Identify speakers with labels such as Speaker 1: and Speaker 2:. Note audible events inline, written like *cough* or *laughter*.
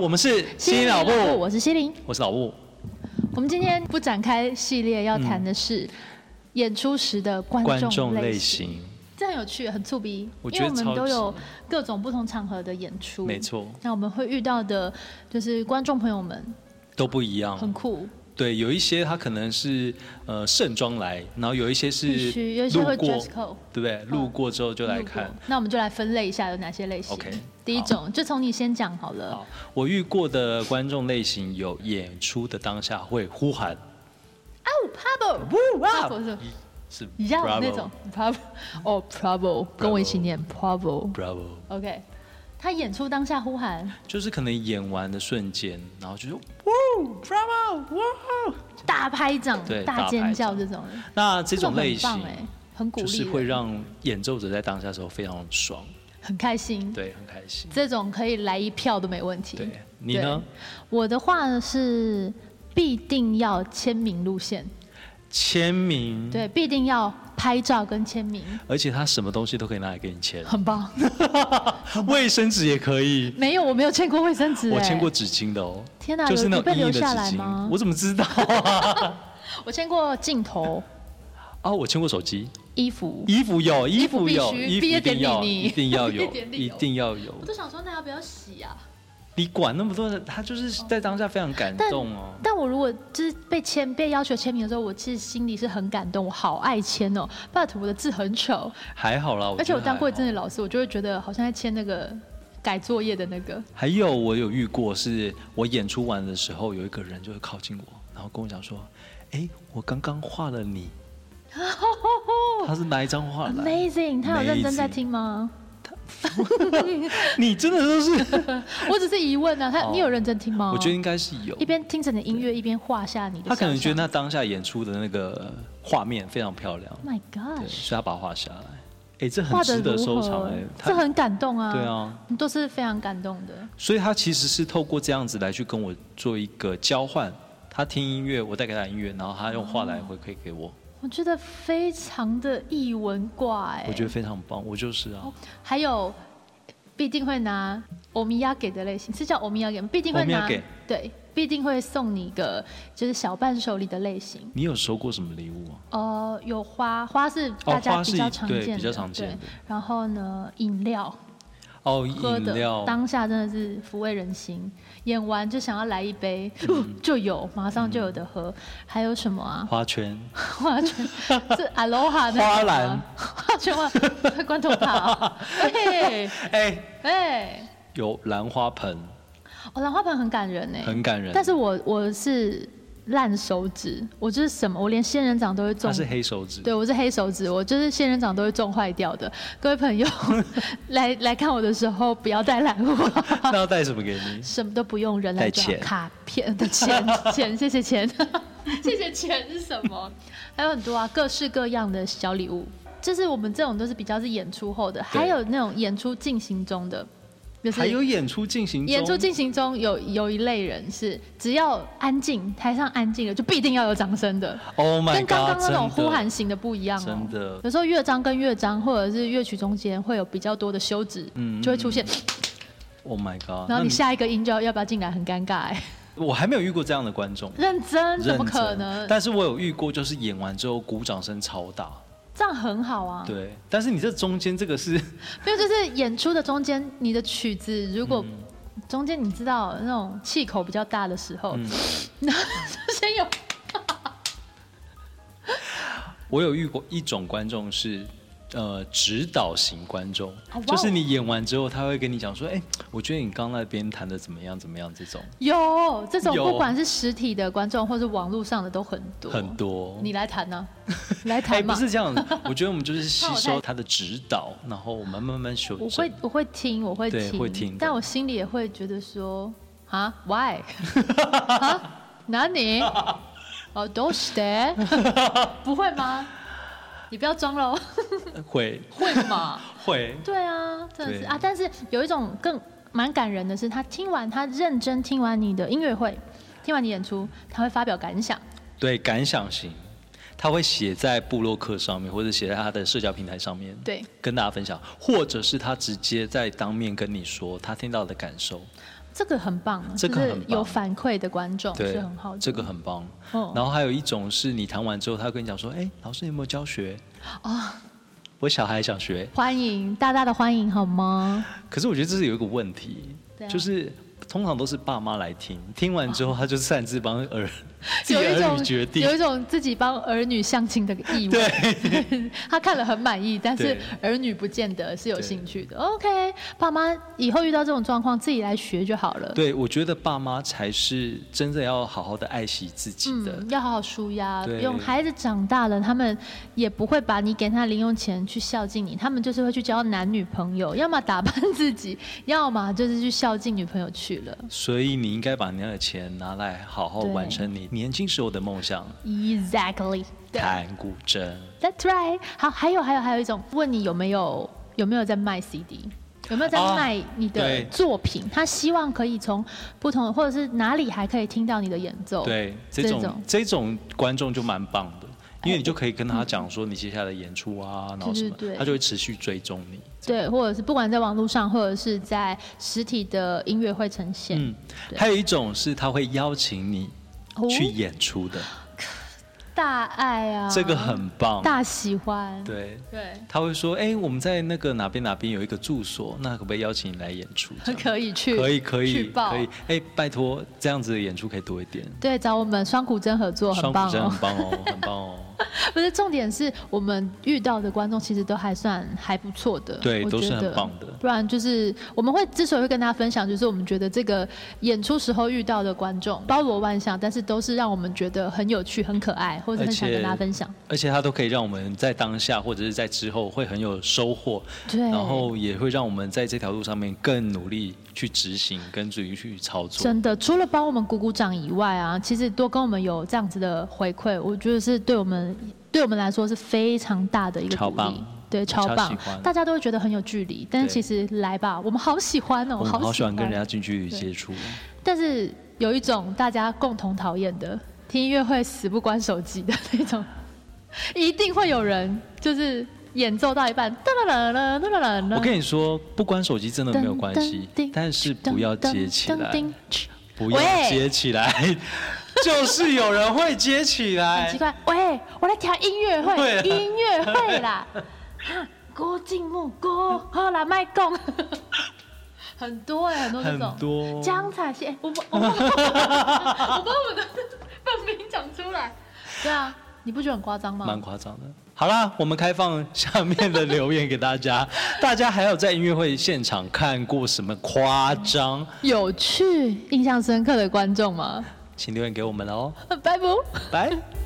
Speaker 1: 我们是
Speaker 2: 心
Speaker 1: 新老布，
Speaker 2: 我是西林。
Speaker 1: 我是老布。
Speaker 2: 我们今天不展开系列，要谈的是演出时的观
Speaker 1: 嗯观
Speaker 2: 众
Speaker 1: 众类
Speaker 2: 型，
Speaker 1: 型，
Speaker 2: 这很有趣，很触鼻，
Speaker 1: 我
Speaker 2: 因
Speaker 1: 觉得
Speaker 2: 为我们
Speaker 1: 超
Speaker 2: 都
Speaker 1: 级
Speaker 2: 有各种不同场合的演出，
Speaker 1: 没。错，
Speaker 2: 那我们会遇到的，就是观众朋友们
Speaker 1: 都不一样。
Speaker 2: 很酷，
Speaker 1: 对，有一些他可能是呃盛装来，然后有一些
Speaker 2: 必
Speaker 1: 是
Speaker 2: 须有一些
Speaker 1: 路
Speaker 2: 会
Speaker 1: 过，
Speaker 2: dress code 嗯
Speaker 1: 对不对？路过之后就来
Speaker 2: 路过
Speaker 1: 看。。
Speaker 2: 那我们就来分类一下有哪些类型。
Speaker 1: OK，
Speaker 2: 第一
Speaker 1: 好
Speaker 2: 种就从你先讲好了。
Speaker 1: 好，我遇过的观众类型有演出的当下会呼喊，
Speaker 2: 哦 p a b l
Speaker 1: 哇
Speaker 2: Bravo 啊是
Speaker 1: 是
Speaker 2: 你像我那种 Bravo 哦 Bravo，跟我一起念 Bravo。
Speaker 1: Bravo，
Speaker 2: OK，他演出当下呼
Speaker 1: *laughs*
Speaker 2: 喊
Speaker 1: 就是可能演完的瞬间，然后就说
Speaker 2: 大拍掌
Speaker 1: 对、
Speaker 2: 大尖叫这种人，
Speaker 1: 那这
Speaker 2: 这
Speaker 1: 种类
Speaker 2: 很棒
Speaker 1: 型
Speaker 2: 哎，很鼓
Speaker 1: 就
Speaker 2: 励人，
Speaker 1: 是会让演奏者在当下的时候非常爽，
Speaker 2: 很开心。
Speaker 1: 对，很开心。
Speaker 2: 这种可以来一票都没问题。
Speaker 1: 对你呢？
Speaker 2: 我的话呢是必定要签名路线，
Speaker 1: 签名，
Speaker 2: 对，必定要拍照跟签名，
Speaker 1: 而且他什么东西都可以拿来给你签，
Speaker 2: 很棒。
Speaker 1: 卫生纸也可以，
Speaker 2: *laughs* 没有，我没有签过卫生纸、
Speaker 1: 我
Speaker 2: 哎
Speaker 1: 签过，纸巾的哦，
Speaker 2: 天哪
Speaker 1: 就是
Speaker 2: 有
Speaker 1: 那
Speaker 2: 有被
Speaker 1: 种硬的纸
Speaker 2: 留下来吗
Speaker 1: 巾，我怎么知道 *laughs* 啊？
Speaker 2: 我签过镜头、
Speaker 1: 啊，我签过手机，
Speaker 2: 衣服。
Speaker 1: 衣服有，衣服有，
Speaker 2: 必须
Speaker 1: 衣服
Speaker 2: 毕业
Speaker 1: 一
Speaker 2: 典
Speaker 1: 定
Speaker 2: 礼
Speaker 1: 要，
Speaker 2: 你
Speaker 1: 一定
Speaker 2: *laughs*
Speaker 1: 要有
Speaker 2: 毕业，典礼
Speaker 1: 一
Speaker 2: 有
Speaker 1: 定要有
Speaker 2: 我，都想说，那要不要洗啊？
Speaker 1: 你管那么多人，他就是在当下非常感
Speaker 2: 但
Speaker 1: 动哦。
Speaker 2: 但我如果就是被签被要求签名的时候，我其实心里是很感动，我好爱签哦。but 我的字很丑，
Speaker 1: 还好啦，
Speaker 2: 而且
Speaker 1: 觉得
Speaker 2: 我当过一阵
Speaker 1: 还
Speaker 2: 子
Speaker 1: 好。
Speaker 2: 老师，我就会觉得好像在签那个改作业的那个，
Speaker 1: 还有我有遇过，是我演出完的时候，有一个人就会靠近我，然后跟我讲说：“哎，我刚刚画了
Speaker 2: *laughs*
Speaker 1: 你。”他是哪一张画来？
Speaker 2: Amazing！他有认真在
Speaker 1: Amazing
Speaker 2: 听吗？
Speaker 1: 你真的都是，
Speaker 2: 嗯我只是疑问啊，他
Speaker 1: 哦
Speaker 2: 你有认真听吗？
Speaker 1: 我觉得应该是有
Speaker 2: 一。边听着你的音乐，一边画下你的
Speaker 1: 他
Speaker 2: 肖像。
Speaker 1: 可能觉得那当下演出的那个画面非常漂亮，
Speaker 2: My
Speaker 1: 对，
Speaker 2: God，
Speaker 1: 所以他把它画下来。哎，这很
Speaker 2: 画的
Speaker 1: 值得收
Speaker 2: 如
Speaker 1: 藏
Speaker 2: 何
Speaker 1: 哎，？他
Speaker 2: 这很感动啊！
Speaker 1: 对，啊，
Speaker 2: 都是非常感动的。
Speaker 1: 所以他其实是透过这样子来去跟我做一个交换。他听音乐，我带给他音乐，然后他用画
Speaker 2: 哦
Speaker 1: 来回馈给我，
Speaker 2: 我觉得非常的译文挂哎、
Speaker 1: 我觉得非常棒。我就是啊，
Speaker 2: 哦还有必定会拿欧米亚给的类型，是叫欧米亚给吗？必定会拿
Speaker 1: omiyage
Speaker 2: 对，必定会送你一个就是小伴手礼的类型。
Speaker 1: 你有收过什么礼物吗？
Speaker 2: 呃，有花，花是
Speaker 1: 哦
Speaker 2: 大家
Speaker 1: 花是
Speaker 2: 比较
Speaker 1: 一
Speaker 2: 常见
Speaker 1: 对
Speaker 2: 的，
Speaker 1: 比较常见
Speaker 2: 对
Speaker 1: 的
Speaker 2: 然后呢，饮料
Speaker 1: 哦，
Speaker 2: 喝
Speaker 1: 饮
Speaker 2: 的
Speaker 1: 料，
Speaker 2: 当下真的是抚慰人心，演完就想要来一杯，
Speaker 1: 嗯
Speaker 2: *laughs* 就有马上就有的喝。还有什么啊？ *laughs*
Speaker 1: 花圈，
Speaker 2: 花圈是
Speaker 1: *laughs*
Speaker 2: aloha 那个吗
Speaker 1: 花篮，
Speaker 2: *laughs* 花圈吗？ *laughs* 关头塔
Speaker 1: *laughs*
Speaker 2: 啊，嘿，
Speaker 1: 哎，
Speaker 2: 哎。
Speaker 1: 有兰花盆，
Speaker 2: 哦，兰花盆很感人呢，
Speaker 1: 很感人。
Speaker 2: 哎但是我我是烂手指，我就是什么，我连仙人掌都会
Speaker 1: 它
Speaker 2: 种。
Speaker 1: 是黑手指，
Speaker 2: 对，我是黑手指，我就是仙人掌都会种坏掉的。各
Speaker 1: *laughs*
Speaker 2: 位朋友，来来看我的时候，不要带兰
Speaker 1: *laughs*
Speaker 2: 花，
Speaker 1: 那要带什么给
Speaker 2: *laughs*
Speaker 1: 你？
Speaker 2: 什么都不用，人来
Speaker 1: 带
Speaker 2: 就好
Speaker 1: 钱
Speaker 2: 卡片的
Speaker 1: *laughs*
Speaker 2: 钱钱，谢谢钱， *laughs* 谢谢钱是什么？还有很多啊，各式各样的小礼物。就是我们这种都是比较是演出后的，还
Speaker 1: 对
Speaker 2: 有那种演出进行中的，就是
Speaker 1: 还有演出进行中，
Speaker 2: 演出进行中有有一类人是，只要安静，台上安静了，就必定要有掌声的，
Speaker 1: ，Oh my
Speaker 2: 跟
Speaker 1: God，
Speaker 2: 刚刚那种
Speaker 1: 真
Speaker 2: 呼
Speaker 1: 的
Speaker 2: 喊型的不一样哦。
Speaker 1: 真的
Speaker 2: 有时候乐章跟乐章，或者是乐曲中间会有比较多的休止，
Speaker 1: 嗯
Speaker 2: 就会出现，
Speaker 1: ，Oh my God，
Speaker 2: 然
Speaker 1: 那
Speaker 2: 后你下一个音就要要不要进来，很尴尬哎。
Speaker 1: 我还没有遇过这样的观众，
Speaker 2: 认真怎么可
Speaker 1: 认真
Speaker 2: 能？
Speaker 1: 但是我有遇过，就是演完之后鼓掌声超大，
Speaker 2: 这样很好啊。
Speaker 1: 对。但是你这中间这个是， *laughs*
Speaker 2: 没有，就是演出的中间，你的曲子如果
Speaker 1: 嗯
Speaker 2: 中间你知道那种气口比较大的时候， *laughs*
Speaker 1: 嗯
Speaker 2: 然后就先有
Speaker 1: 我有遇过一种观众是。呃，指导型观众
Speaker 2: 哇哦
Speaker 1: 就是你演完之后，他会跟你讲说：“哎、我觉得你刚那边弹的怎么样，怎么样？”这种
Speaker 2: 有这种，
Speaker 1: 有
Speaker 2: 不管是实体的观众，或是网络上的都很多
Speaker 1: 很。多。
Speaker 2: 你来谈
Speaker 1: *laughs*
Speaker 2: 呢、你来
Speaker 1: 哎、
Speaker 2: 谈
Speaker 1: 不
Speaker 2: 嘛。
Speaker 1: 是这
Speaker 2: *laughs*
Speaker 1: 样，我觉得我们就是吸
Speaker 2: 怕我太
Speaker 1: 收他的指导，然后我们慢慢修正。
Speaker 2: 我会我会听，我会
Speaker 1: 对
Speaker 2: 听，
Speaker 1: 会听的
Speaker 2: 但我心里也会觉得说啊，why
Speaker 1: *laughs*
Speaker 2: 啊，哪里？哦，都是的，不会吗？你不要装喽，
Speaker 1: *laughs* 会
Speaker 2: 会嘛？
Speaker 1: 会，
Speaker 2: *laughs* 对啊，真的是
Speaker 1: 对
Speaker 2: 啊，但是有一种更蛮感人的是，他听完他认真听完你的音乐会，听完你演出，他会发表感想。
Speaker 1: 对感想型，他会写在部落客上面，或者写在他的社交平台上面，
Speaker 2: 对，哦
Speaker 1: 跟大家分享，或者是他直接在当面跟你说他听到的感受，
Speaker 2: 这个很棒，啊
Speaker 1: 这个
Speaker 2: 就
Speaker 1: 很
Speaker 2: 是
Speaker 1: 棒
Speaker 2: 有反馈的观众
Speaker 1: 对
Speaker 2: 是很好的。，
Speaker 1: 这个很棒。
Speaker 2: 哦
Speaker 1: 然后还有一种是你弹完之后，他会跟你讲说：“哎，老师你有没有教学？”
Speaker 2: 哦
Speaker 1: 我小孩想学，
Speaker 2: 欢迎大大的欢迎好吗？
Speaker 1: 可是我觉得这是有一个问题，
Speaker 2: 对啊哦
Speaker 1: 就是通常都是爸妈来听，听完之后他就擅自帮
Speaker 2: *laughs*
Speaker 1: 儿自己
Speaker 2: 有一
Speaker 1: 儿女
Speaker 2: 种
Speaker 1: 决定
Speaker 2: 有，一种自己帮儿女相亲的意味。
Speaker 1: 对
Speaker 2: *laughs* 他看了很满意，但是
Speaker 1: 对
Speaker 2: 儿女不见得是有兴趣的。OK，爸妈以后遇到这种状况，自己来学就好了。
Speaker 1: 对，我觉得爸妈才是真的要好好的爱惜自己的。
Speaker 2: 嗯，要好好舒压。
Speaker 1: 对
Speaker 2: 用孩子长大了，他们也不会把你给他零用钱去孝敬你，他们就是会去交男女朋友，要么打扮自己，要么就是去孝敬女朋友去了。
Speaker 1: 所以你应该把你的钱拿来好好
Speaker 2: 对
Speaker 1: 完成你年轻时候的梦想，
Speaker 2: Exactly，对
Speaker 1: 弹古筝。
Speaker 2: ，That's right。好，还有还有还有一种，问你有没有有没有在卖 CD，有没有在
Speaker 1: 啊
Speaker 2: 卖你的
Speaker 1: 对
Speaker 2: 作品？他希望可以从不同的或者是哪里还可以听到你的演奏。
Speaker 1: 对，这
Speaker 2: 哦这
Speaker 1: 种这
Speaker 2: 种哎
Speaker 1: 种观众就蛮棒的，因为你就可以跟他讲说你接下来的演出啊，然后什么
Speaker 2: 嗯对对，对
Speaker 1: 他就会持续追踪你。
Speaker 2: 对，或者是不管在网络上，或者是在实体的音乐会呈现。
Speaker 1: 嗯，
Speaker 2: 对
Speaker 1: 还有一种是他会邀请你
Speaker 2: 哦
Speaker 1: 去演出的，
Speaker 2: 大爱啊，
Speaker 1: 这个很棒。
Speaker 2: 大喜欢。
Speaker 1: 对，
Speaker 2: 对， *laughs*
Speaker 1: 他会说，哎、我们在那个哪边哪边有一个住所，那可不可以邀请你来演出？这样
Speaker 2: *laughs* 可以去，
Speaker 1: 可以可以
Speaker 2: 去报
Speaker 1: 可以，哎、拜托，这样子的演出可以多一点。
Speaker 2: 对，找我们双古筝合作很
Speaker 1: 双
Speaker 2: 棒
Speaker 1: 真 *laughs*
Speaker 2: 哦
Speaker 1: 很。棒哦，很棒哦。
Speaker 2: 不是，重点是我们遇到的观众其实都还算还不错的，
Speaker 1: 对
Speaker 2: 我
Speaker 1: 都
Speaker 2: 觉
Speaker 1: 是很
Speaker 2: 得
Speaker 1: 棒的
Speaker 2: 不然就是我们会之所以会跟大家分享，就是我们觉得这个演出时候遇到的观众包罗万象，但是都是让我们觉得很有趣、很可爱，或者
Speaker 1: 而
Speaker 2: 很想
Speaker 1: 且
Speaker 2: 跟大家分享。
Speaker 1: 而且它都可以让我们在当下或者是在之后会很有收获，
Speaker 2: 对
Speaker 1: 然后也会让我们在这条路上面更努力去执行，跟自己去操作。
Speaker 2: 真的，除了帮我们鼓鼓掌以外啊，其实多跟我们有这样子的回馈，我觉得是对我们对我们来说是非常大的一个
Speaker 1: 超
Speaker 2: 鼓
Speaker 1: 棒
Speaker 2: 励。对，
Speaker 1: 超
Speaker 2: 超棒
Speaker 1: 喜欢，
Speaker 2: 大家都会觉得很有距离，但是
Speaker 1: 对
Speaker 2: 其实来吧，我们好喜欢哦，
Speaker 1: 我们好
Speaker 2: 喜
Speaker 1: 喜欢
Speaker 2: 欢
Speaker 1: 跟人家近距离接触，
Speaker 2: 但是有一种大家共同讨厌的，听音乐会死不关手机的那种，一定会有人就是演奏到一半，哒啦啦啦哒啦啦啦，
Speaker 1: 我跟你说，不关手机真的没有关系
Speaker 2: 噔噔叮，
Speaker 1: 但是不要接起来，
Speaker 2: 叮叮
Speaker 1: 不要
Speaker 2: 喂
Speaker 1: 接起来， *laughs* 就是有人会接起
Speaker 2: 很
Speaker 1: 来
Speaker 2: 奇。怪，喂，我来调音乐
Speaker 1: 哎对
Speaker 2: 会，
Speaker 1: 啊
Speaker 2: 音乐会
Speaker 1: *laughs*
Speaker 2: 啦，哈郭靖木郭，好啦，麦共， *laughs* 很多哎、很多这种
Speaker 1: 很，多
Speaker 2: 江彩线，哎我把我
Speaker 1: *laughs*
Speaker 2: 把我把我的本名讲出来，对啊，你不觉得很夸张吗？
Speaker 1: 蛮夸张的。好啦，我们开放下面的留言给大家。大家还有在音乐会现场看过什么夸张？
Speaker 2: 有趣、印象深刻的观众吗？
Speaker 1: 请留言给我们哦，
Speaker 2: 拜拜。
Speaker 1: 拜。